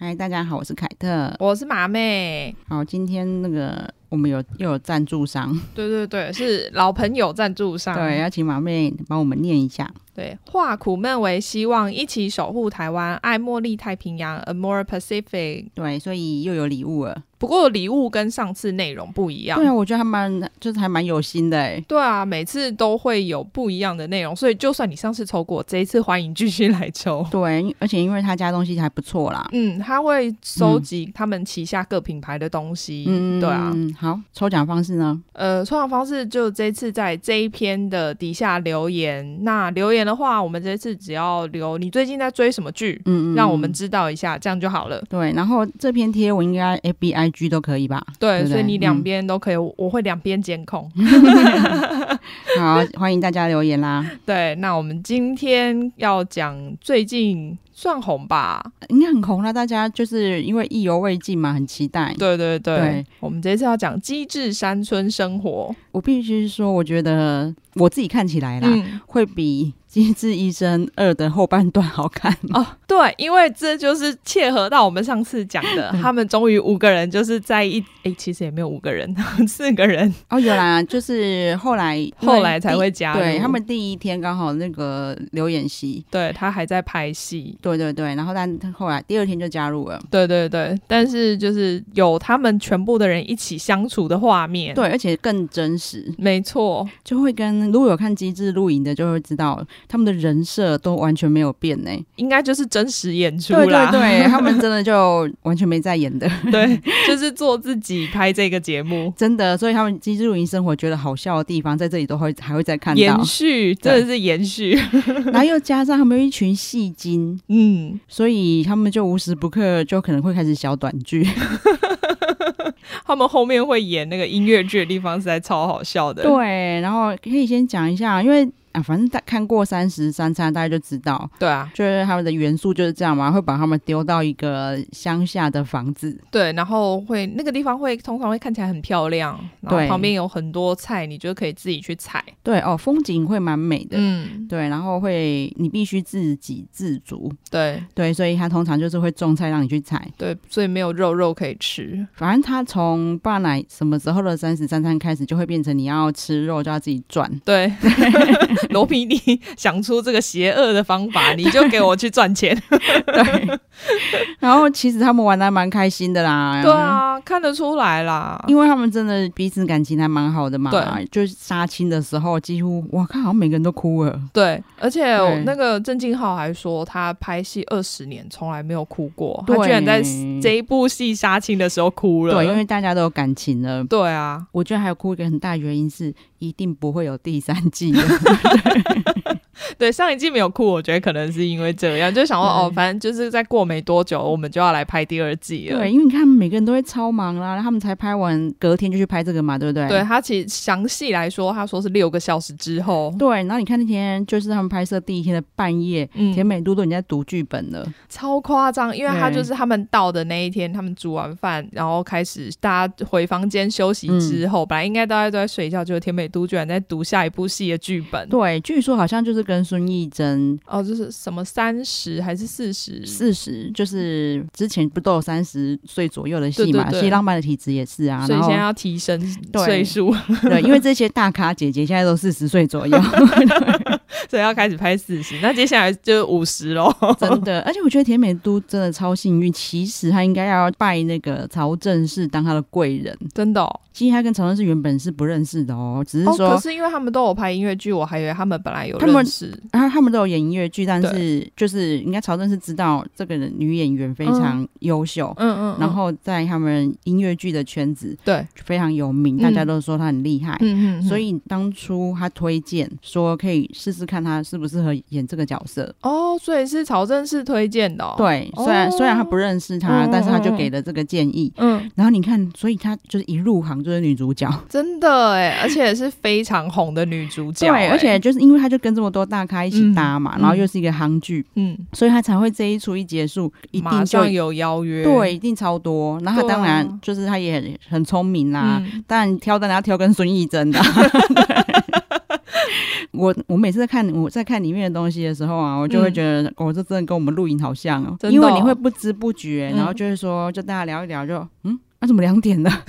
嗨，大家好，我是凯特。我是马妹，好，今天那个我们有又有赞助商，对对对，是老朋友赞助商，对，要请马妹帮我们念一下。对，化苦闷为希望，一起守护台湾，爱茉莉太平洋，A More Pacific。对，所以又有礼物了。不过礼物跟上次内容不一样对，啊，我觉得还蛮，就是还蛮有心的哎。对啊，每次都会有不一样的内容，所以就算你上次抽过，这一次欢迎继续来抽。对，啊因而且因为他家东西还不错啦。嗯，他会收集他们旗下各品牌的东西。嗯，对啊，嗯，好，抽奖方式呢？呃，抽奖方式就这次在这一篇的底下留言。那留言的话，我们这次只要留你最近在追什么剧，嗯嗯，让我们嗯知道一下，这样就好了。对，然后这篇贴我应该 A B I G 都可以 吧？对，对不所以对你嗯两边都可以，我我会两边监控。 好，欢迎大家留言啦，对，那我们今天要讲最近算红吧？应该很红啦，大家就是因为意犹未尽嘛，很期待。对对对，对我们这次要讲《机智山村生活我必须说，我觉得我自己看起来》。啦，嗯，会比《机智医生二》的后半段好看。哦，对，因为这就是切合到我们上次讲的，嗯他们终于五个人就是在一，诶，其实也没有五个人， 四个人， 哦，有啦，就是后来后来才。会加因入。为第对他们第一天刚好那个刘演熙，对他还在拍戏，对对对，然后但后来第二天就加入了。对对对，但是就是有他们全部的人一起相处的画面。对，而且更真实，没错，就会跟如果有看《机智露营》的，就会知道他们的人设都完全没有变呢、应该就是真实演出对对啦。对， 他们真的就完全没在演的， 对就是做自己拍这个节目，真的。所以他们《机智露营》生活觉得好笑的地方，在这里都会还会再看到延。续真的是延续。 然后又加上他们有一群戏精，嗯，所以他们就无时不刻就可能会开始小短剧。他们后面会演那个音乐剧的地方实在超好笑的。对，然后可以先讲一下，因为啊，反正大看过三十三餐，大家就知道，对啊，就是他们的元素就是这样嘛，会把他们丢到一个乡下的房子。对，然后会那个地方会通常会看起来很漂亮，然后对旁边有很多菜，你就可以自己去采。对哦，风景会蛮美的。嗯，对，然后会你必须自给自足，对对，所以他通常就是会种菜让你去采。对，所以没有肉肉可以吃。反正他从爸奶什么时候的三十三餐开始，就会变成你要吃肉就要自己赚。对， 罗皮，你想出这个邪恶的方法，你就给我去赚 钱。嗯对，然后其实他们玩的蛮开心的啦。对啊，看得出来啦。因为他们真的彼此感情还蛮好的嘛，对，就是杀青的时候，几乎我看好像每个人都哭了，对，而且对我那个郑敬浩还说，他拍戏二十年从来没有哭过，他居然在对这一部戏杀青的时候哭了。对，因为大家都有感情了。对啊，我觉得还有哭一个很大原因是，一定不会有第三季 了。对上一季没有哭，我觉得可能是因为这样，就想说对哦，反正就是再过没多久，我们就要来拍第二季了。对，因为你看每个人都会超忙啦，他们才拍完，隔天就去拍这个嘛，对不对？对他其实详细来说，他说是六个小时之后，对，然后你看那天就是他们拍摄第一天的半夜，嗯田美都都已经在读剧本了，超夸张，因为他对就是他们到的那一天，他们煮完饭，然后开始大家回房间休息之后，嗯本来应该大家都在睡觉，结果田美都居然在读下一部戏的剧本。对，据说好像就是跟孙艺珍哦，就是什么三十还是四十？四十就是之前不都有三十岁左右的戏对嘛，对对所以浪漫的体质也是啊。所以然现后在要提升对 岁数，对，因为这些大咖姐姐现在都四十岁左 右，所以要开始拍四十。那接下来就五十喽。真的。而且我觉得田美都真的超幸运，其实她应该要拜那个曹正奭当她的贵人。真的哦，其实她跟曹正奭原本是不认识的哦，只是 哦说、可是因为他们都有拍音乐剧，我还以为他们本来有他们认识。啊，他们都有演音乐剧，但是就是应该曹正奭知道这个人女演员非常优秀。嗯嗯，嗯然后在他们音乐剧的圈子对，非常有名，嗯大家都说她很厉害。嗯嗯，所以以当初他推荐说可以试试看他适不适合演这个角色。哦，所以是曹正是推荐的、哦。，对，虽然、哦虽然他不认识他，嗯嗯但是他就嗯嗯给了这个建议。嗯，然后你看，所以他就是一入行就是女主角，真的哎，而且是非常红的女主 角欸，对，而且就是因为他就跟这么多大咖一起搭嘛，嗯然后又是一个夯剧，嗯，所以他才会这一出一结束，一马定就上有邀约，对，一定超多。然后他对啊当然就是他也很很聪明啦、啊嗯 但挑当然要挑跟孙艺珍的。对我我每次在看我在看里面的东西的时候啊，我就会觉得，哦，这真的跟我们录影好像哦，嗯真的因哦为你会不知不觉，嗯然后就会说，就大家聊一聊就，嗯，那、怎么两点 了？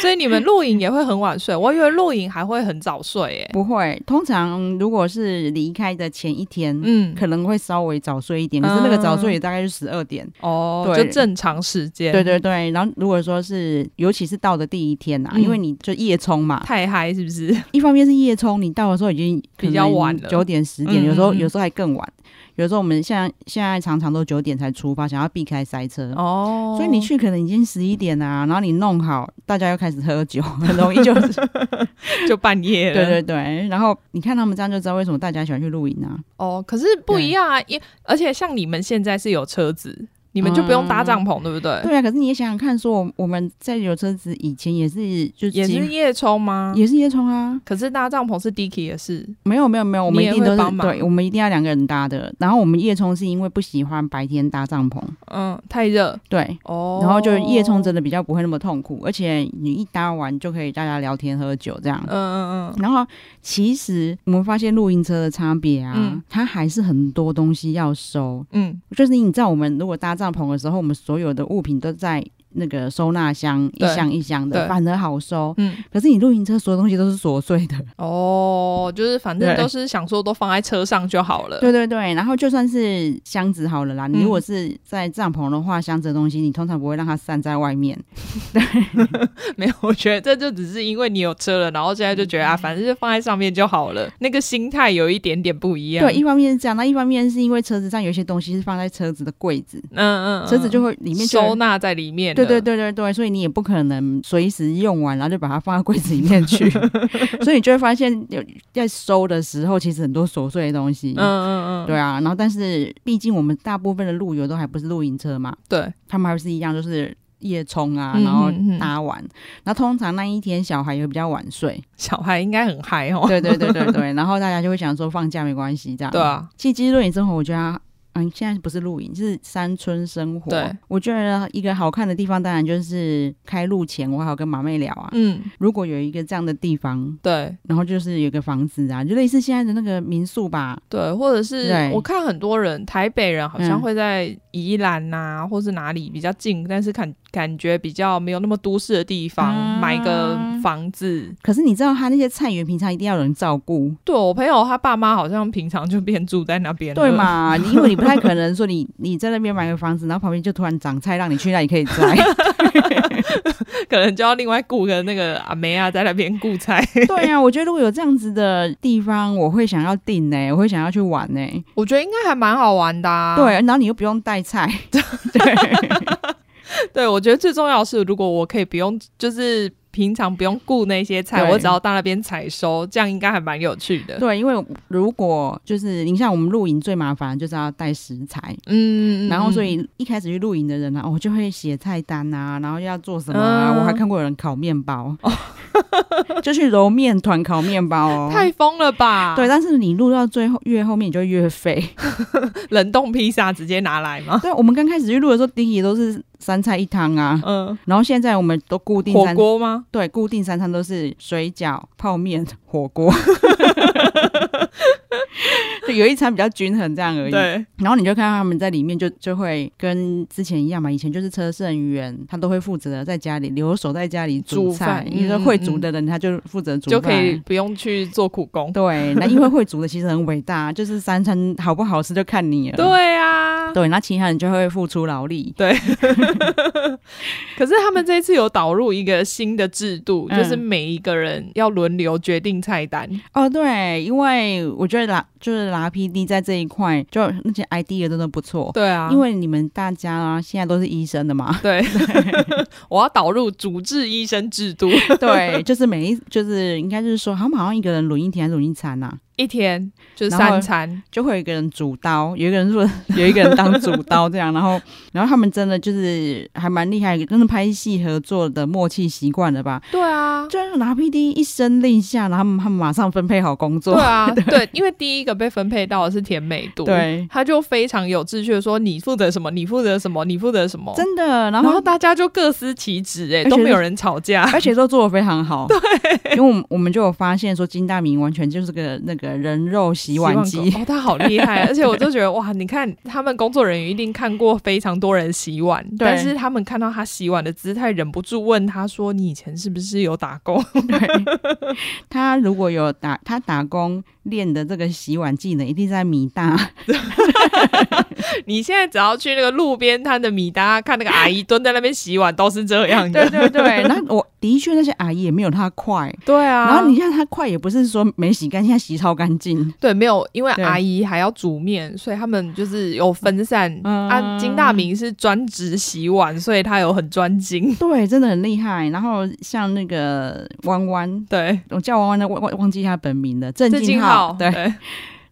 所以你们露营也会很晚睡，我以为露营还会很早睡欸耶、不会，通常如果是离开的前一天，嗯，可能会稍微早睡一点，可是那个嗯早睡也大概就十二点。哦，就对正常时间，对，对对，然后如果说是，尤其是到的第一天啊，嗯因为你就夜冲嘛，太嗨是不是？一方面是夜冲，你到的时候已经比较晚了九点十嗯点，有时候嗯嗯有时候还更晚，有时候我们现在现在常常都九点才出发，想要避开塞车。哦，嗯所以你去可能已经十一点啊，然后你弄好，大家又开始喝酒，很容易 就是就半夜对了，对对。然后你看他们这样就知道为什么大家喜欢去露营啊。哦，可是不一样啊，因而且像你们现在是有车子，你们就不用搭帐篷，对不对？对啊，可是你也想想看，说我我们在有车子以前也是就也是几夜冲吗？也是夜冲啊，可是搭帐篷是 Dicky 的事，没有没有没有，我们你也一定都会帮是忙对，我们一定要两个人搭的。然后我们夜冲是因为不喜欢白天搭帐篷，嗯，太热对，哦，然后就是夜冲真的比较不会那么痛苦，而且你一搭完就可以大家聊天喝酒这样。嗯嗯嗯，然后其实我们发现露营车的差别啊，嗯它还是很多东西要收，嗯，就是你知道我们如果搭帐篷的时候，我们所有的物品都在那个收纳箱一对箱一箱的，对反而好收。嗯，可是你露营车所有东西都是琐碎的，哦，就是反正对都是想说都放在车上就好了。对对对。然后就算是箱子好了啦，你呃嗯如果是在帐篷的话，箱子的东西你通常不会让它散在外面。没有，我觉得这就只是因为你有车了，然后现在就觉嗯得啊，反正就放在上面就好了，那个心态有一点点不一样。对，一方面是这样，那一方面是因为车子上有一些东西是放在车子的柜子，嗯，嗯嗯，车子就会里面就收纳在里面了。对对对对对，所以你也不可能随时用完，然后就把它放在柜子里面 去，所以你就会发现有在收的时候，其实很多琐碎的东西。嗯，嗯嗯嗯，对啊，然后但是毕竟我们大部分的路友都还不是露营车嘛，对，他们还是一样，就是夜冲啊，嗯然后嗯嗯搭完，然后通常那一天小孩也比较晚睡，小孩应该很嗨哦。对对对对对，然后大家就会想说放假没关系这 样，对啊，其实其实露营生活，我觉得它。嗯，现在不是露营，是山村生活。对，我觉得一个好看的地方，当然就是开路前，我还有跟马妹聊啊。嗯，如果有一个这样的地方，对然后就是有一个房子啊，就类似现在的那个民宿吧。对，或者是对我看很多人，台北人好像嗯会在宜兰呐、或是哪里比较近，但是感感觉比较没有那么都市的地方，啊买个房子。可是你知道，他那些菜园平常一定要有人照顾，对我朋友他爸妈好像平常就便住在那边，对？嘛？你因为你不太可能说你你在那边买个房子，然后旁边就突然长菜，让你去那里可以 摘。可能就要另外雇个那个阿梅啊在那边雇菜。 对啊，我觉得如果有这样子的地方，我会想要订呢、我会想要去玩呢、我觉得应该还蛮好玩的、啊。对，然后你又不用带菜，对。对，我觉得最重要的是，如果我可以不用，就是平常不用顾那些菜，对我只要到那边采收，这样应该还蛮有趣的。对，因为如果就是你像我们露营最麻烦就是要带食材，嗯，然后所嗯以一开始去露营的人呢、啊，哦就会写菜单啊，然后要做什么啊，我还嗯哦看过有人烤面包， 就去揉面团烤面包哦。太疯了吧？对，，但是你录到最后越后面，你就越 废。冷冻披萨直接拿来嘛。对，我们刚开始去录的时候，第一都是三菜一汤啊，嗯，然后现在我们都固定火三锅吗？对，固定三餐都是水饺、泡面、火 锅， 就有一餐比较均衡这样而已。对，然后你就看到他们在里面就就会跟之前一样嘛，以前就是车胜元，他都会负责在家里留守在家里煮菜，饭一个嗯会嗯煮嗯的人他就负责煮就饭，可以。不用去做苦工。 对，那因为会煮的其实很伟大，就是三餐好不好吃就看你了。对啊，对，那其他人就会付出劳力。 可是他们这一次有导入一个新的制度，嗯就是每一个人要轮流决定菜单。哦，对，因为我觉得拉就是拉 PD 在这一块，就那些 idea 真的不错。对啊，，哦因为你们大家啊，现在都是医生的嘛 对， 我要导入主治医生制度，对，就是每一就是应该就是说，他们好像一个人轮一天还是轮一餐啊呐、一天就是然后三餐。就会有一个人主刀，有一个人说 有一个人当主刀这样，然后 然后他们真的就是还蛮厉害，真的拍戏合作的默契习惯了吧？对啊，就是拿 PD 一声令下，然后他们他们马上分配好工对作，啊，对，因为第一个被分配到的是甜美度，对他就非常有秩序的说你负责什么，你负责什么，你负责什么，真的。哦然然后后大家就各司其职、而哎，且都没有是人吵架， 而且都做的非常好， 对，因为我们我们就有发现说金大明完全就是个那个人肉洗碗机，狗哦，他好厉 害！而且我就觉得哇，你看他们工作人员一定看过非常多人洗碗，对但是他们看到他洗碗的姿态，忍不住问他说：“你以前是不是有打工 对， 他如果有打他打工练的这个洗碗技能，一定在米大。？”你现在只要去那个路边摊的米搭看那个阿姨蹲在那边洗碗，都是这样的。对对对， 那我的确那些阿姨也没有他快， 对啊，然后你看他快也不是说没洗干净，他洗超干净。对，没有，因为对阿姨还要煮面，所以他们就是有分散。嗯啊，金大明是专职洗碗，所以他有很专精。对，真的很厉害。然后像那个弯弯，对，我叫弯弯的，忘忘忘记他本名了，郑郑敬敬浩。浩，对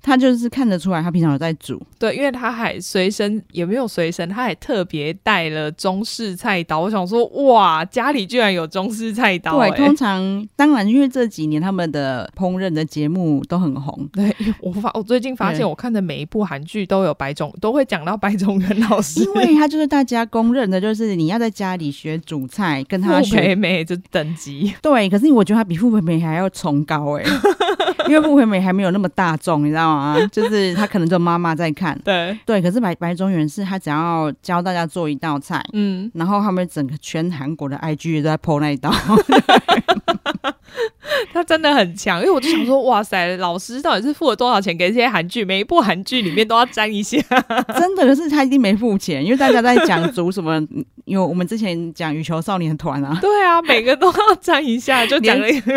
他就是看得出来，他平常有在煮。对，因为他还随身也没有随身，他还特别带了中式菜刀。我想说，哇，家里居然有中式菜刀、欸，对，通常当然，因为这几年他们的烹饪的节目都很 红。对，因为我发我最近发对现，我看的每一部韩剧都有白种，都会讲到白种人老师，因为他就是大家公认的，就是你要在家里学煮菜，跟 他傅学培美这等 级，对。可是我觉得他比傅培梅还要崇高 哎、因为傅培梅还没有那么大众，你知道吗？就是他可能就妈妈在看，对，对。可是白白中原是他只要教大家做一道菜，嗯，然后他们整个全韩国的 IG 都在 PO 那一 道，他真的很强。因为我就想说，哇塞，老师到底是付了多少钱给这些韩剧？每一部韩剧里面都要沾一下，真的。可是他一定没付钱，因为大家在讲组什么，嗯因为我们之前讲羽球少年团啊， 对啊，每个都要沾一下，就讲了一部，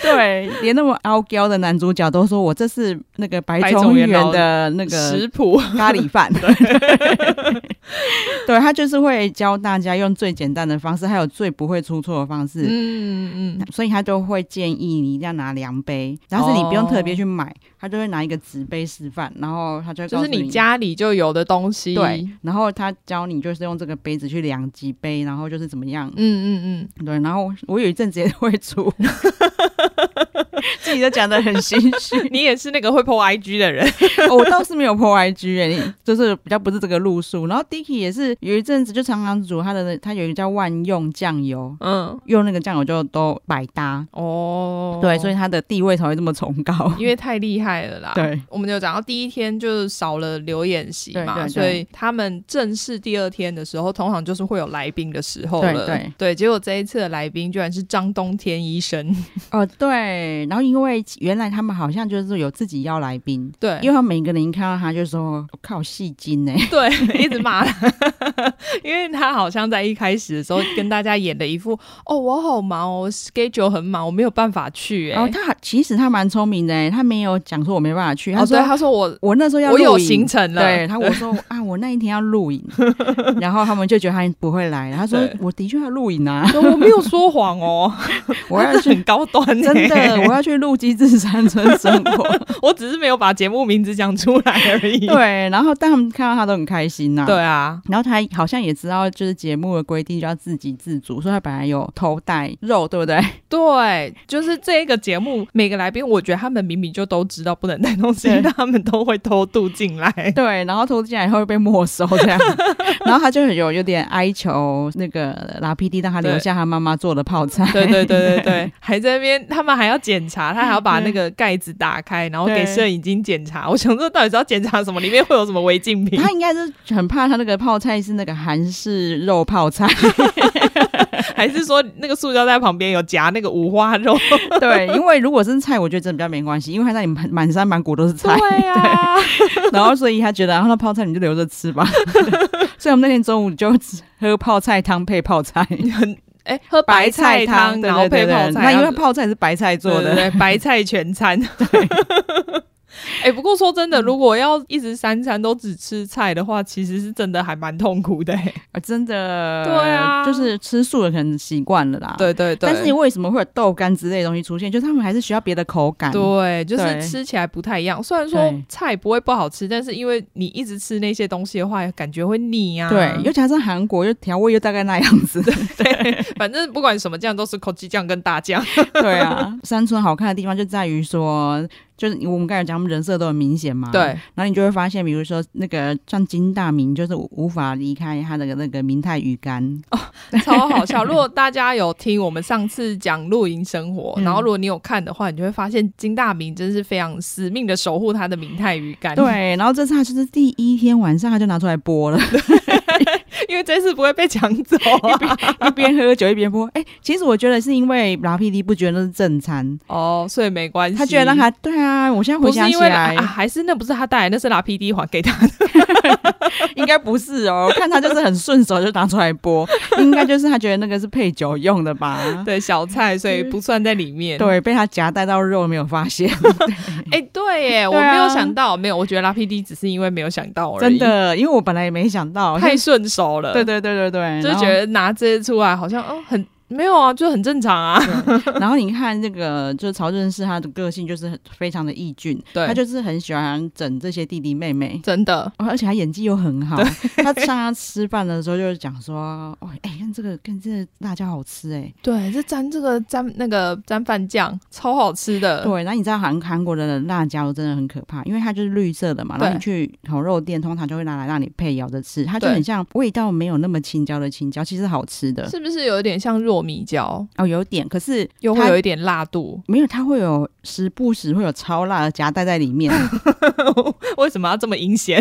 对，连那么傲娇的男主角都说我这是那个白白中种元原老的那个食谱，咖喱饭。 对，他就是会教大家用最简单的方式，还有最不会出错的方式。嗯嗯嗯，所以他就会建议你一定要拿量杯，但是你不用特别去买，他就会拿一个纸杯示范，然后他就会告诉就是你家里就有的东西，对，然后他教你就是用这个杯子去量几杯，然后就是怎么样嗯，嗯嗯，对，然后我有一阵子也会 煮，自己都讲的很心 虚，你也是那个会 PO IG 的人，哦我倒是没有破 IG 哎、就是比较不是这个路数。然后 Dicky 也是有一阵子就常常煮他的那，他有一个叫万用酱油，嗯，用那个酱油就都百搭，哦，对，所以以他的地位才会这么崇高。因为太厉害了啦，。对，我们有讲到第一天就是少了留演席嘛，对对对所以他们正式第二天的时候，通常就是会有来宾的时候了。对对结果这一次的来宾居然是张东天 医生，哦对，然后因为原来他们好像就是有自己邀来宾，对，因为他每个人一看到他就说：“我靠，戏精哎、 对，一直骂他， 因为他好像在一开始的时候跟大家演的一副哦，我好忙哦我，schedule 很忙，我没有办法去、欸。然后哦他好其实他蛮聪明的、欸，他没有讲说我没办法去，他哦，说、对，他说我我那时候要我有录影行程了，对他，我 说啊，我那一天要录影，然后他们就觉得他不会来。他说对我的确要录影 啊，说我没有说谎哦， 我要他是去很高端、欸，真的，我要去录机智山村生活。 我只是没有把节目名字讲出来而已。对，啊然后但他们看到他都很开心呐、对。啊，然后他好像也知道，就是节目的规定就要自给自足，所以他本来有偷带肉，对不 对？对，就是这个节目每个来宾，我觉得他们明明就都知道不能带东西对， 但他们都会偷渡进来。对，然后偷进来以后会被没收这 样，然后他就有有点哀求那个拉 PD 让他留对下他妈妈做的泡菜。对对对对对，还在那边，他们还要检查，他还要把那个盖子打开，然后给嗯对摄影机检查。我想说，到底是要检查什么？里面会有什么违禁品？ 他应该是很怕他那个泡菜是那个韩式肉泡 菜，还是说那个塑胶袋旁边有夹那个五花肉？对，因为如果是菜，我觉得真的比较没关系，因为他那里满满山满谷都是 菜，啊呀、然后所以他觉得，然后啊那泡菜你就留着吃 吧。所以我们那天中午就吃喝泡菜汤配泡菜，哎、喝白菜汤，对然后配对对泡对菜，那因然为后泡菜是白菜做对的，对对白菜全 餐。哎、不过说真嗯的，如果要一直三餐都只吃菜的话，其实是真的还蛮痛苦的、哎啊真的，对啊就是吃素的可能习惯了啦。。对对对，但是你为什么会有豆干之类的东西出现？就是他们还是需要别的口感。对，就对是吃起来不太一样。虽然说对菜不会不好吃，但是因为你一直吃那些东西的话，感觉会腻啊。对，又加上韩国又调味又大概那样 子，啊对，反正不管什么酱都是口鸡酱跟大酱。对啊，山村好看的地方就在于说，就是我们刚才讲，他们人设都很明显嘛。对，然后你就会发现，比如说那个像金大明，就是无法离开他的那个明太鱼干。超好笑。如果大家有听我们上次讲露营生活，嗯然后如果你有看的话，你就会发现金大明真是非常死命的守护他的明太鱼干。，对，然后这次他就是第一天晚上他就拿出来剥了，因为这次不会被抢走、啊。 一边喝酒一边剥。哎、其实我觉得是因为老 PD 不觉得那是正餐，哦，所以没关系。他觉得让他对啊，我现在回不是想起因为来啊，还是那不是他带来，那是拿 P D 还给他的。 应该不是哦，我看他就是很顺手就拿出来剥， 应该就是他觉得那个是配酒用的 吧。对，小菜，所以不算在里面。，嗯对，被他夹带到肉没有发 现，哎、对耶，我对啊没有想到，没有，我觉得拉 PD 只是因为没有想到而真已，的，因为我本来也没想到，太顺手了， 对对对对对，就觉得拿这些出来好像哦很没有啊，就很正常啊， 然后。然后你看那个，就是曹正是他的个性就是很非常的义俊，对他就是很喜欢整这些弟弟妹妹。真的。哦而且他演技又很好，他像他吃饭的时候就是讲说，哦，哎、看这个，看这个辣椒好吃哎、对，这沾这个沾那个沾饭酱超好吃的，对，然后你知道韩韩国的辣椒真的很可怕，因为它就是绿色的嘛，然后对你去烤肉店通常就会拿来让你配咬着吃，它就对很像味道没有那么青椒的青椒，其实好吃的是不是有一点像糯米椒，哦，有点，可是又它会有一点辣度？没有，它会有时不时会有超辣的夹带在里 面， 为什么要这么阴险？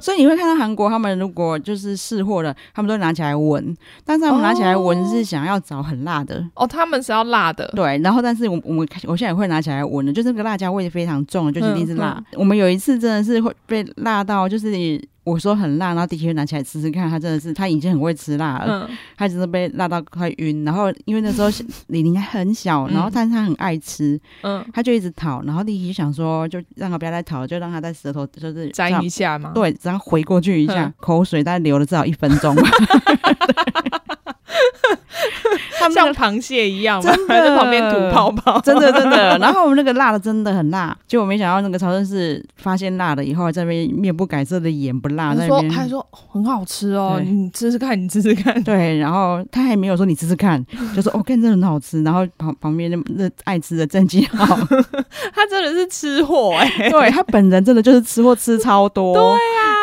所以你会看到韩国他们如果就是试货了，他们都会拿起来闻，但是他们拿起来闻是想要找很辣的。 哦，他们是要辣的，对，然后但是我我们我现在也会拿起来闻的，就是那个辣椒味非常重，就是一定是辣。嗯我们有一次真的是会被辣到，就是你我说很辣，然后的确拿起来吃吃看，他真的是他已经很会吃辣了，嗯，他真的被辣到快晕。然后因为那时候李宁还很小，然后嗯但是他很爱吃，嗯，他就一直讨，然后丽就想说就让他不要再讨了，就让他在舌头就是这沾样一下嘛。对，然后回过去一下嗯，口水大概流了至少一分钟吧。他们那像个螃蟹一样嘛，真的还在旁边吐泡 泡，真的真的，然后我们那个辣的真的很辣，结果没想到那个朝政是发现辣了以后，在那边面不改色的演不辣，在那他说他边。说很好吃哦，对你吃吃看，你吃吃看。对，然后他还没有说你试试看，就说哦，看这很好吃。然后旁旁边那那爱吃的郑继 浩， 他真的是吃 货哎、对他本人真的就是吃货吃超多，对啊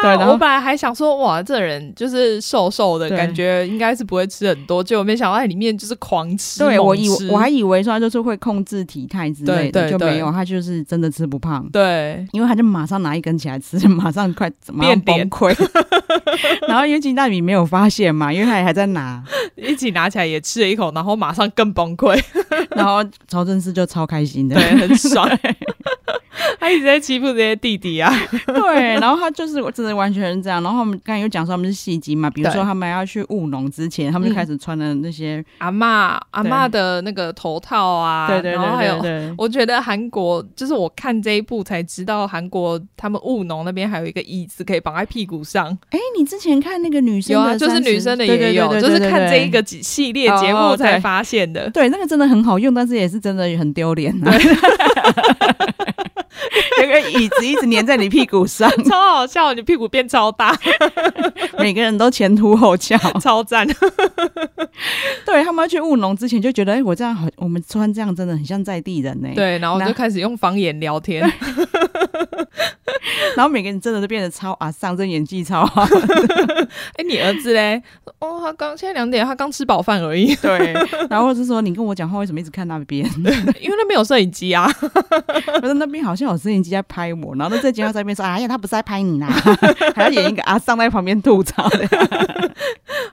对，然我后本来还想说，哇，这人就是瘦瘦的对感觉，应该是不会吃很多，结果没想到它里面就是狂吃。对我猛以吃我还以为说他就是会控制体态之类对的，对就没对有，他就是真的吃不胖。对因为他就马上拿一根起来吃，马上快马上变崩脸溃。然后因为金大米没有发现嘛，因为他也还在拿， 一起拿起来也吃了一口，然后马上更崩 溃，然后曹正思就超开心的对。，很爽。 他一直在欺负这些弟弟啊， 对，然后他就是真的完全这样。然后我们刚才有讲说他们是戏精嘛，比如对说他们要去务农之前，他们就嗯开始穿的那些，阿嬷阿对嬷的那个头套啊，对对然后还对对有。对。我觉得韩国就是我看这一部才知道，韩国他们务农那边还有一个椅子可以绑在屁股上，哎，你之前看那个女生有啊，的就是30女生的对也对有，对对就是对对看这对一个几系列节哦目哦才对发现 的。对，那个真的很好用，但是也是真的很丢脸啊。 有个椅子一直粘在你屁股上，超好笑，你屁股变超大，每个人都前凸后翘。 超赞。对他们要去务农之前就觉得，哎、我这样好，我们穿这样真的很像在地人呢、，欸对，然后我就那开始用方言聊天，然后每个人真的都变得超啊，上这演技超好。哎，你儿子嘞？ 哦，他刚现在两点，他刚吃饱饭而已，对， 然后或者是说你跟我讲话为什么一直看那边？ 因为那边有摄影机 啊。我说那边好像有摄影机在拍我，然后在接话在那边说， 哎呀，他不是在拍你啦， 还要演一个阿上在旁边吐槽的。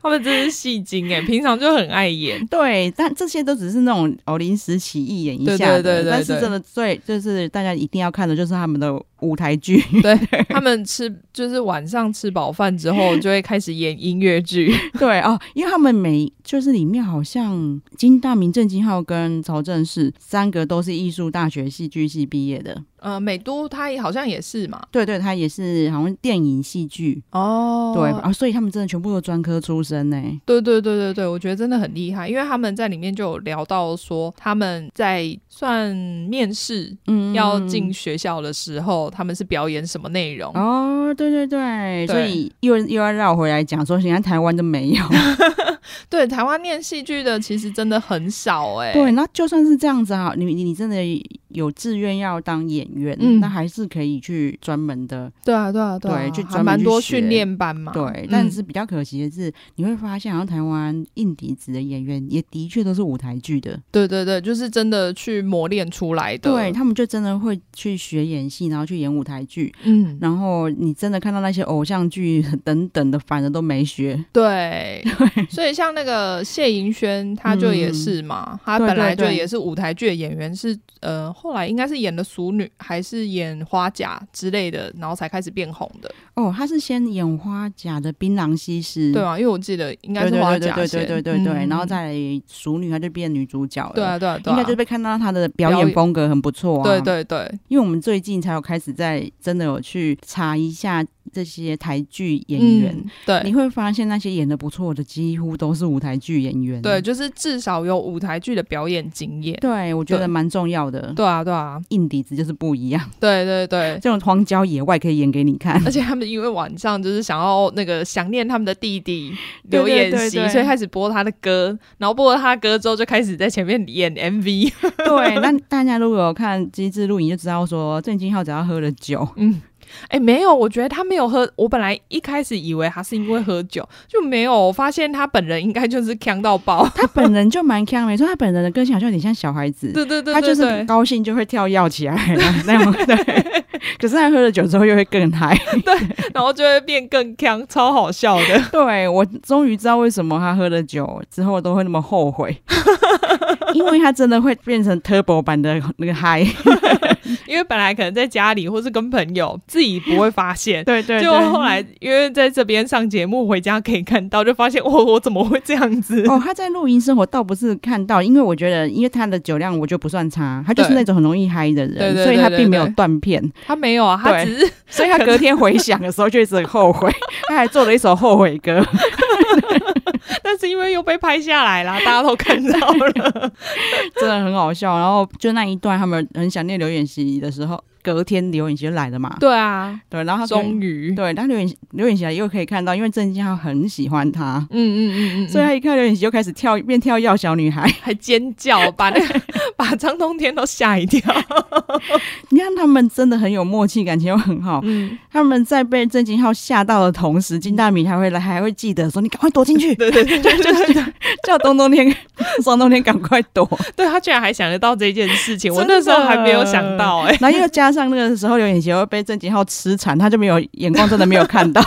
他们真是戏精哎，平常就很爱演。 对，但这些都只是那种哦临时起意演一对下的，对对对但是对真的最就是大家一定要看的就是他们的舞台 剧。对他们吃就是晚上吃饱饭之后就会开始演音乐剧， 对哦，因为他们每就是里面好像金大明、郑金浩跟曹正奭三个都是艺术大学戏剧系毕业的。呃，美都他也好像也是嘛。对对，他也是好像电影戏剧。哦对啊、所以他们真的全部都专科出身呢、对对对对对，我觉得真的很厉害，因为他们在里面就有聊到说，他们在算面试嗯要进学校的时候，他们是表演什么内容。哦，对对对，对所以又又要绕回来讲说，现在台湾都没有。对，台湾念戏剧的其实真的很少哎、 对，那就算是这样子啊，你你你真的有志愿要当演员，嗯那还是可以去专门的对啊，对啊，对啊，对就还专门蛮去多学训练班嘛。对嗯，但是比较可惜的是，你会发现，好像台湾硬底子的演员也的确都是舞台剧的，对对对，就是真的去磨练出来的。对，他们就真的会去学演戏，然后去演舞台剧，嗯，然后你真的看到那些偶像剧等等的，反而都没学。 对，所以像那个谢盈萱，她就也是嘛，她对本来对就对也是舞台剧的演员，是呃后来应该是演的熟女，还是演花甲之类的，然后才开始变红的，哦，他是先演花甲的槟榔西施，对啊，因为我记得应嗯该对是对花对对甲对先，对对对对，嗯然后再来熟女，她就变女主角了。对啊对啊对应啊，该就被看到她的表表演演风格很不错啊。对对对，因为我们最近才有开始在真的有去查一下这些台剧演员，嗯你对。会发现那些演的不错的几乎都是舞台剧演员。对，就是至少有舞台剧的表演经验。对，我觉对得蛮重要的。对啊，对啊，硬底子就是不一样，对对对，这种荒郊野外可以演给你看。而且他们因为晚上就是想要那个想念他们的弟弟刘对对演对习，对所以开始播他的歌，然后播了他的歌之后就开始在前面演 MV。 对，那大家如果有看《机智露营》，就知道说郑敬浩只要喝了 酒，哎、没有，我觉得他没有喝，我本来一开始以为他是因为喝酒，就没有，我发现他本人应该就是呛到爆。 他本人就蛮强，没错，他本人的个性好像有点像小孩子。对对对他就对是对，高兴就会跳跃起来那种，对。 可是他喝了酒之后又会更嗨。然后就会变更呛，超好笑的。 对我终于知道为什么他喝了酒之后都会那么后 悔，因为他真的会变成 turbo 版的那个 嗨。因为本来可能在家里或是跟朋友自己不会发现。对对就后来，因为在这边上节目，回家可以看到，就发现哦我我怎么会这样子？哦，他在露营生活倒不是看到，因为我觉得，因为他的酒量我就不算差，他就是对那种很容易嗨的人，对对所以对他对并没有对断片，他没有啊，他对只是所以他隔天回想的时候就一直很后 悔，他还做了一首后悔歌。 但是因为又被拍下来啦，大 家都看到了。 真的很好笑。然后就那一段，他们很想念刘演习的时候，隔天刘演习就来了嘛。 对啊，对，然后他可以终于，对，但刘演刘演习又可以看到，因为郑敬浩很喜欢他，嗯嗯嗯嗯，所以他一看刘演习就开始跳，变跳药小女 孩。还尖叫，把那 个把张通天都吓一跳。你看他们真的很有默契，感情又很好。嗯，他们在被郑敬浩吓到的同时，金大米还会来，还会记得说：“你赶快躲进 去， 对对对 对对对，叫东东天、双东天赶快躲。对他居然还想得到这件事情，我真的那时候还没有想到 哎、”然后又加上那个时候，刘演习又被郑敬浩痴缠，他就没有眼光，真的没有看 到。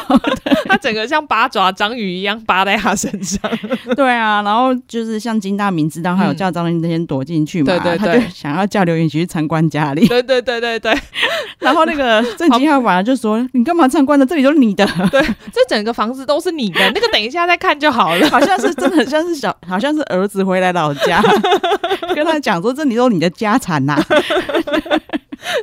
他整个像八爪章鱼一样扒在他身上。对啊，然后就是像金大明知道他有叫张那天躲进去嘛，嗯对对他对就想要叫刘允琪去参观家里， 对对对对对， 然后那个郑金浩反而就说：“你干嘛参观的？这里就是你的。这整个房子都是你的，那个等一下再看就好 了”。好像是真的，像是小，好像是儿子回来老 家，跟他讲说：“这里都是你的家产啊呐、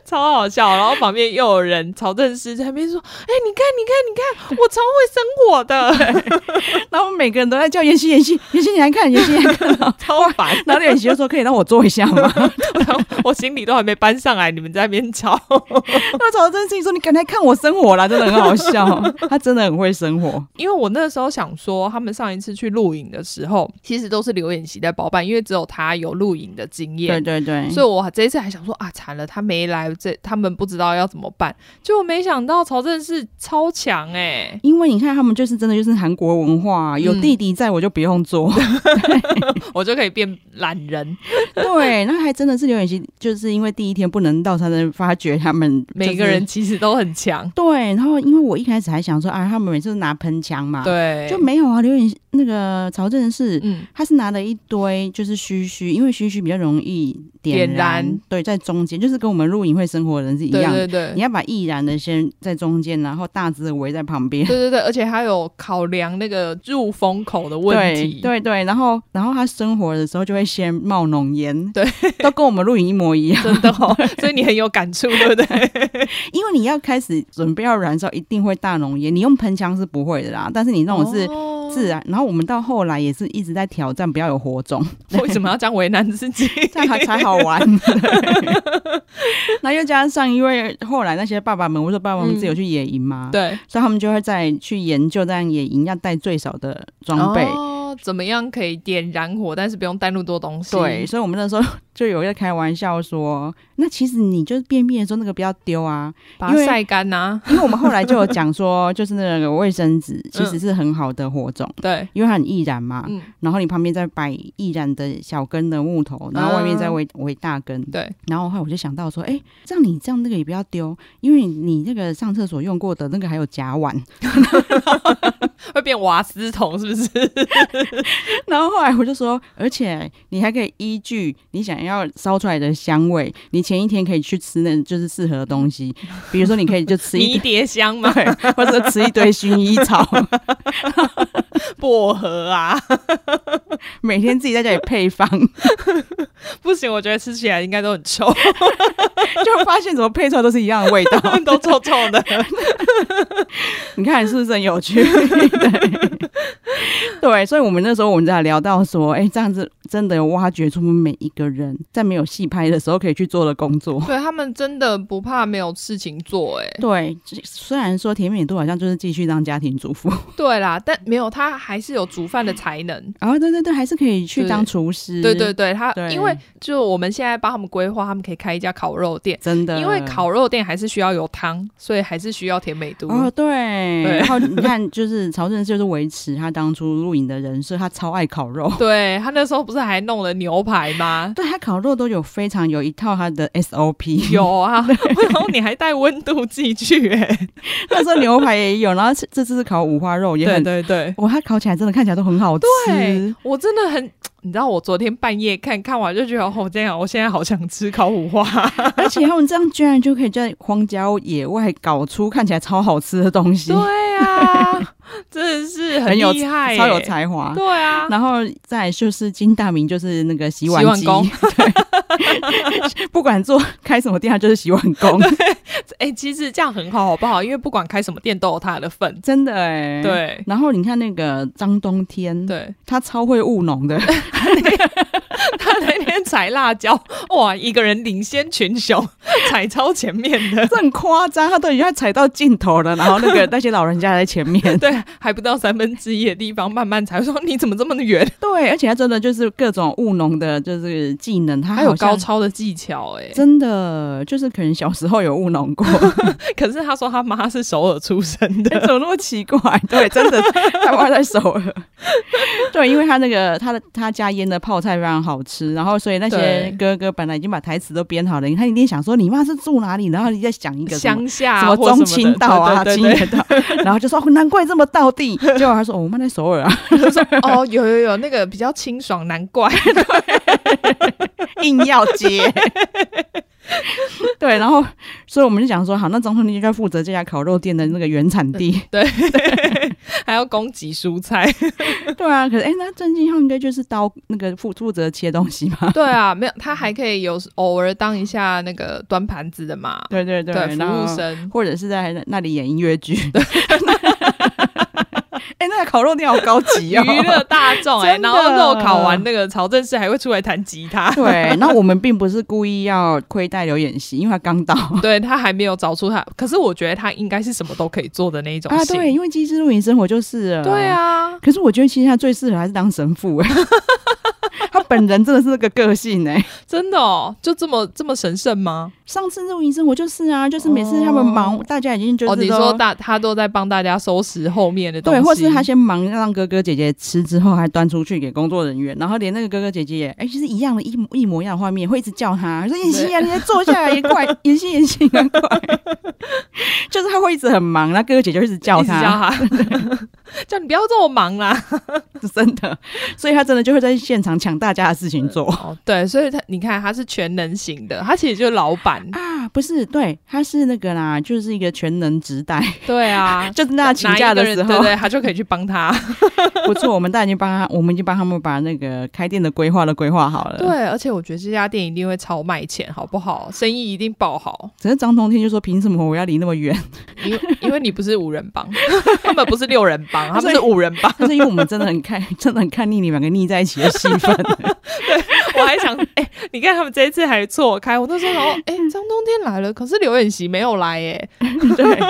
超好笑。然后旁边又有人曹正师在那边说：“哎、你看，你看，你看，我超会生火 的， 然后每个人都在叫妍希，妍希，妍希，你来看，妍 希，你来看。超烦。”然后刘允琪就说：“可以让我坐一下吗 然后 我行李都还没搬上来，你们在那边吵。？”那曹真心说：“你赶快看我生活啦，真的很好笑。”他真的很会生活。 因为我那时候想说，他们上一次去露营的时候，其实都是刘演习在包办，因为只有他有露营的经对验。对对，所以我这一次还想说啊，惨了，他没来，这他们不知道要怎么办。结果没想到曹正是超强哎、因为你看，他们就是真的就是韩国文化、啊嗯有弟弟在我就不用 做。我就可以变懒人。对，那还真的是刘演熙，就是因为第一天不能到，才能发觉他们、就是每个人。其实都很强，对，然后因为我一开始还想说啊，他们每次都拿喷枪嘛，，嗯对，就没有啊。刘演熙那个曹正是。嗯，他是拿了一堆就是须须，因为须须比较容易点点燃，燃对，在中间就是跟我们露营会生活的人是一对样的，对对你。要把易燃的先在中间，然后大只的围在旁边，对对对，而且还有考量那个入风口的问对题，对对，然后然后他生活的时候就会先冒浓烟， 对，。都跟我们露营一模一样真的 哦，所以你很有感触，对不对？因为你要开始准备要燃烧，一定会大浓烟。你用喷枪是不会的啦，但是你那种是哦自然。然后我们到后来也是一直在挑战，不要有火种， 为什么要这样为难自己？这样还才好 玩。 那又加上，因为后来那些爸爸们，我说爸爸们嗯自己有去野营嘛， 对，所以他们就会再去研究这样野营要带最少的装备。哦道怎么样可以点燃火，但是不用带入多东西。对，，所以我们那时候 就有在开玩笑说，那其实你就是便秘的时候那个不要丢啊， 把它因为晒干啊呐。因为我们后来就有讲说，就是那个卫生纸其实是很好的火种，对，因为它很易燃嘛。嗯，然后你旁边再摆易燃的小根的木头，然后外面再围围大根。对，然后后来我就想到说，哎，这样你这样那个也不要丢，因为你那个上厕所用过的那个还有甲烷。会变瓦斯桶是不是？然后后来我就说，而且你还可以依据你想要烧出来的香味，你前一天可以去吃那就是适合的东西，比如说你可以就吃一迷堆。迭香 嘛，对，或者吃一堆薰衣草， 薄荷啊， 每天自己在家里配方，不行，我觉得吃起来应该都很臭，就发现怎么配出来都是一样的味道。 都臭臭的。你看是不是很有趣？ 对，对，所以我们那时候我们在聊到说，哎、这样子真的有挖掘出每一个人在没有戏拍的时候可以去做的工作。 对他们真的不怕没有事情做、欸，对，这虽然说甜美度好像就是继续当家庭主妇，对啦，但没有他还是有煮饭的才能。啊、对对对，还是可以去当厨师。对对，对，他对因为就我们现在帮他们规划，他们可以开一家烤肉店，真的，因为烤肉店还是需要有汤，所以还是需要甜美度。哦，对，对然后你看，就是曹正就是维持他当初录影的人设，他超爱烤肉， 对他那时候不是还弄了牛排 吗？对他烤肉都有非常有一套他的 SOP， 有啊，然后你还带温度计去、欸，哎，那时候牛排也有，然后这这次是烤五花肉 也对很，对对。哇，它烤起来真的看起来都很好吃，对，我真的很，你知道，我昨天半夜看看完就觉得，哦，这样，我现在好想吃烤 五花。而且他们这样居然就可以在荒郊野外搞出看起来超好吃的东西，对啊， 真的是很有厉害、欸，超有才华。对啊，然后再来就是金大明，就是那个洗碗机，洗碗 对， 不管做开什么店，他就是洗碗工，哎、其实这样很好，好不好？因为不管开什么店都有他的份。真的哎、。对然后你看那个张冬天，对， 他超会务农的， 他那天踩辣椒，哇，一个人领先群雄， 踩超前面的。这很夸张，他都已经要踩到尽头了，然后那个那些老人家在前面， 对，还不到三分之一的地方，慢慢踩。我说你怎么这么远？对，而且他真的就是各种务农的，就是技能，他还有好像高超的技巧哎、真的就是可能小时候有务农过， 可是他说他妈是首尔出生哎的，怎么那么奇怪？ 对，真的，他妈在首尔。 对，因为他那个他的他家腌的泡菜非常好吃，然后所以那些对哥哥本来已经把台词都编好了，他一定想说你妈是住哪里，然后你再想一个什么乡下什啊么或中的青岛啊、对青对对野岛， 然后就说哦难怪这么道 地。结果他说、哦我妈在首尔啊，对哦，有有有，那个比较清爽，难 怪。硬要接。对，然后，所以我们就想说，好，那张通你就该负责这家烤肉店的那个原产 地。还要供给蔬 菜。对啊，可是哎、那郑敬浩应该就是刀那个负负责切东西吧？对啊，没有，他还可以有时偶尔当一下那个端盘子的嘛，对对对，服然后务 生。或者是在那里演音乐 剧。 哎、那个烤肉店好高级 娱哦。乐大众 哎、真的然后肉烤完那个曹正奭还会出来弹吉 他， 对，那我们并不是故意要亏待刘演熙，因为他刚到。对他还没有找出他，可是我觉得他应该是什么都可以做的那一种啊，型对，因为《机智露营生活》就是了对。啊，可是我觉得其实他最适合还是当神父哎、 他本人真的是那个个性哎、真的哦，就这么这么神圣吗？上次露营生活就是啊，就是每次他们忙，大家已经就是哦，你都说大他都在帮大家收拾后面的东西，对，或是他先忙让哥哥姐姐吃之后，还端出去给工作人员，然后连那个哥哥姐姐也哎、就是一样的一模一模一样的画面，会一直叫他说：“妍希啊，你来坐下来，也 快，妍希，妍希，你快！”就是他会一直很忙，那哥哥姐姐会一直叫一直叫他， 他，叫你不要这么忙啦，真的，所以他真的就会在现场抢大家的事情做。 哦，对，所以他你看他是全能型的，他其实就是老板，啊，不是，对，他是那个啦，就是一个全能直带， 对 啊，就是大家请假的哪一个时人候，对对，他就可以去帮他。 不错，我们大家已经帮他，我们已经帮他们把那个开店的规划都规划好了。，对，而且我觉得这家店一定会超卖钱，好不好？生意一定爆好，只是张通天就说：“凭什么我要离那么远因为因为你不是五人 帮，他们不是六人帮，他所们以。是五人帮？”但 是因为我们真的很看，真的很看腻你们两个腻在一起的戏份。我还想，哎、你看他们这一次还错开，我那时候 想说，哎、张冬天来了，可是刘演习没有来耶。对，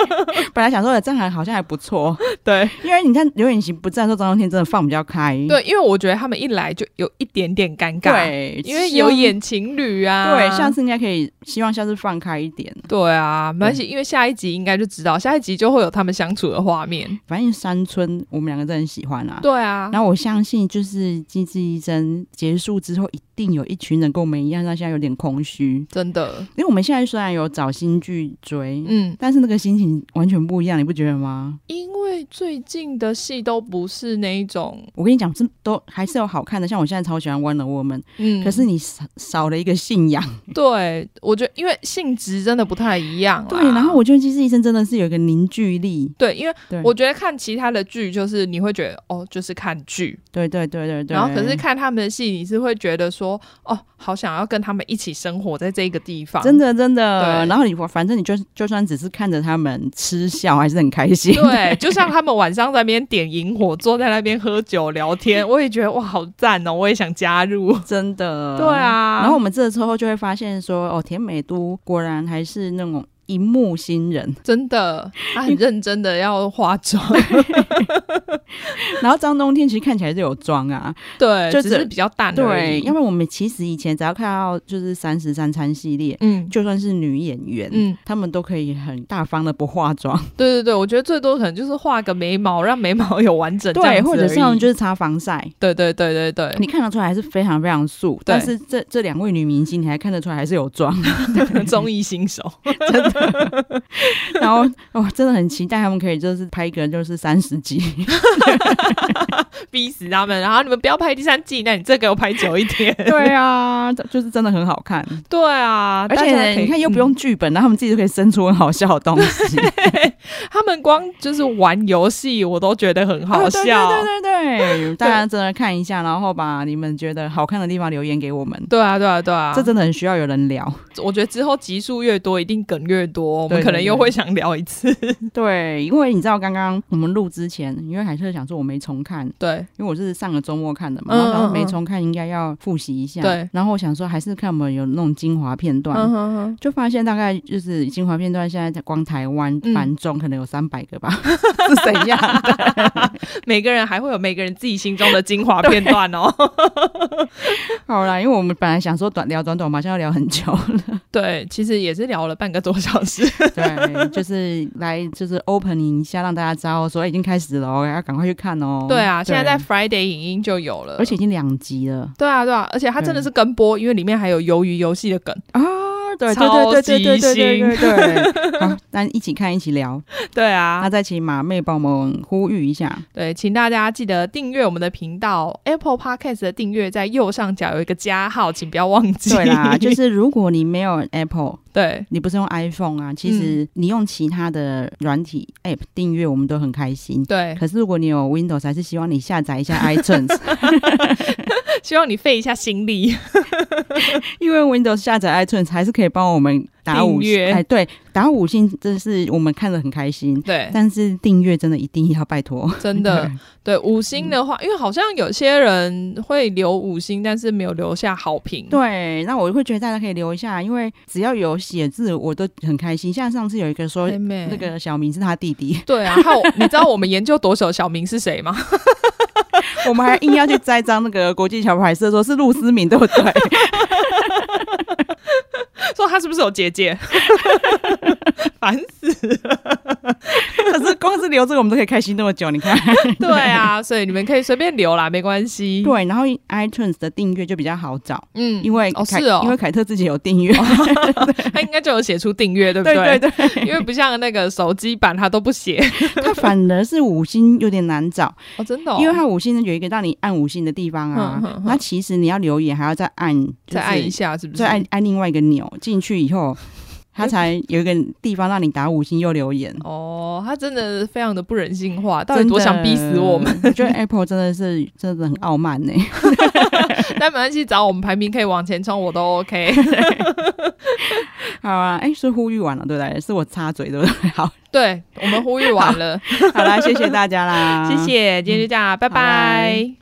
本来想说的正涵好像还不错，对因为你看刘演行不在的时候，张冬天真的放比较开。对，因为我觉得他们一来就有一点点尴尬，对，因为希望有、演情侣啊。对，下次应该可以，希望下次放开一点。对啊，没关系，因为下一集应该就知道，下一集就会有他们相处的画面。反正山村我们两个真的很喜欢啊。对啊，然后我相信，就是《机智医生》结束之后，一定有一群人跟我们一样，他现在有点空虚，真的，因为我们现在虽然有找新剧追，嗯，但是那个心情完全不一样，你不觉得吗？因为最近的戏都不是那一种，我跟你讲，是都还是有好看的，像我现在超喜欢《Wonder Woman》，嗯，可是你少少了一个信仰。对我觉得，因为性质真的不太一样啦。对，然后我觉得《机智医生》真的是有一个凝聚力。对，因为对，我觉得看其他的剧，就是你会觉得哦，就是看剧，对对对对对。然后可是看他们的戏，你是会觉得说哦，好想要跟他们一起生活在这一个地方，真。的真的，对然后你反正你就就算只是看着他们吃笑，还是很开心。 对，就像他们晚上在那边点萤火，坐在那边喝酒聊天，我也觉得哇，好赞哦！我也想加入。 真的。对。嗯啊，然后我们这时候就会发现说，哦，田美都果然还是那种一幕新人。 真的，他很认真的要化妆，然后张冬天其实看起来是有妆啊，对，就只只是比较淡而对，已。因为我们其实以前只要看到就是三十三餐系列，嗯，就算是女演员，嗯，她们都可以很大方的不化妆，对对对，我觉得最多可能就是画个眉毛，让眉毛有完整这样对，子或而者已是她们就是擦防晒，对对对对对，你看得出来还是非常非常素。但是这这两位女明星，你还看得出来还是有妆， 综艺新手，真的。然后我真的很期待她们可以就是拍一个就是三十集，逼死他们，然后你们不要拍第三季，那你再给我拍久一点。 对啊， 就是真的很好看，对啊，而大家可以且你看又不、用剧本，然后她们自己就可以生出很好笑的东西。嗯他们光就是玩游戏，我都觉得很好 哦笑。对对对对对，大家真的看一下，然后把你们觉得好看的地方留言给我们。对啊，对啊，对啊！这真的很需要有人聊，我觉得之后集数越多，一定梗越多，我对们对可能又对会想聊一次。对，因为你知道刚刚我们录之前，因为海特想说我没重看，对因为我是上个周末看的嘛，嗯然后想说嗯没嗯重看应该要复习一下，对然后我想说还是看我们有那种精华片段，嗯哼哼，就发现大概就是精华片段现在在光台湾嗯繁中可能有三百个吧， 是怎样的？每个人还会有每个人自己心中的精华片段哦。好啦，因为我们本来想说短聊短短，马上要聊很久 了。 对，其实也是聊了半个多小 时。对，就是来就是 opening 一下，让大家知道说、哎已经开始了哦，要赶快去看哦。对啊，现在在 Friday 影音就有了，而且已经两集了对啊，对啊，而且它真的是跟播，因为里面还有鱿鱼游戏的梗。啊！对对对对对对对对对对，好，那一起看一起聊。对那啊，再请马妹帮我们呼吁一下，对，请大家记得订阅我们的频道，Apple Podcast 的订阅在右上角有一个加号，请不要忘 记。对啦，就是如果你没有 Apple。对你不是用 iPhone 啊？其嗯实你用其他的软体 App 订阅，我们都很开心。 对，可是如果你有 Windows，还是希望你下载一下 iTunes， 希望你费一下心力。因为 Windows 下载 iTunes 还是可以帮我们打订五星阅哎，对，打五星真是我们看得很开心。 对，但是订阅真的一定要拜托，真的，对五星的话，因为好像有些人会留五星，但是没有留下好评。 对，啊那我会觉得大家可以留一下，因为只要有写字，我都很开心。像上次有一个说妹哎妹，，那个小明是他弟弟 对啊，还有你知道我们研究多久小明是谁吗？ 我们还硬要去栽赃那个国际桥牌社，说是陆思敏，对不 对？说他是不是有 姐姐？烦可是光是留这个，我们都可以开心那么久，你 看。对啊，所以你们可以随便留啦，没关系。，对，然后 iTunes 的订阅就比较好找，嗯因为哦凯、是哦因为凯特自己有订阅， 他应该就有写出订阅，对不对对对对，因为不像那个手机版，他都 不写。他反而是五星有点难找，哦，真的、哦，因为它五星呢有一个让你按五星的地方啊，嗯嗯嗯那其实你要留言还要再按，就是再按一下，是不是？再按按另外一个钮进去以后，它哎才有一个地方让你打五星又留言。哦，他真的非常的不人性化，到底真的多想逼死我们？！ 我觉得 Apple 真的是真的很傲慢呢、但没关系，只要我们排名可以往前冲，我都 OK。 好啊，哎、是呼吁完了对不对？是我插嘴对不对？好，对我们呼吁完了， 好啦，谢谢大家啦，谢。谢，今天就这样，拜好拜拜。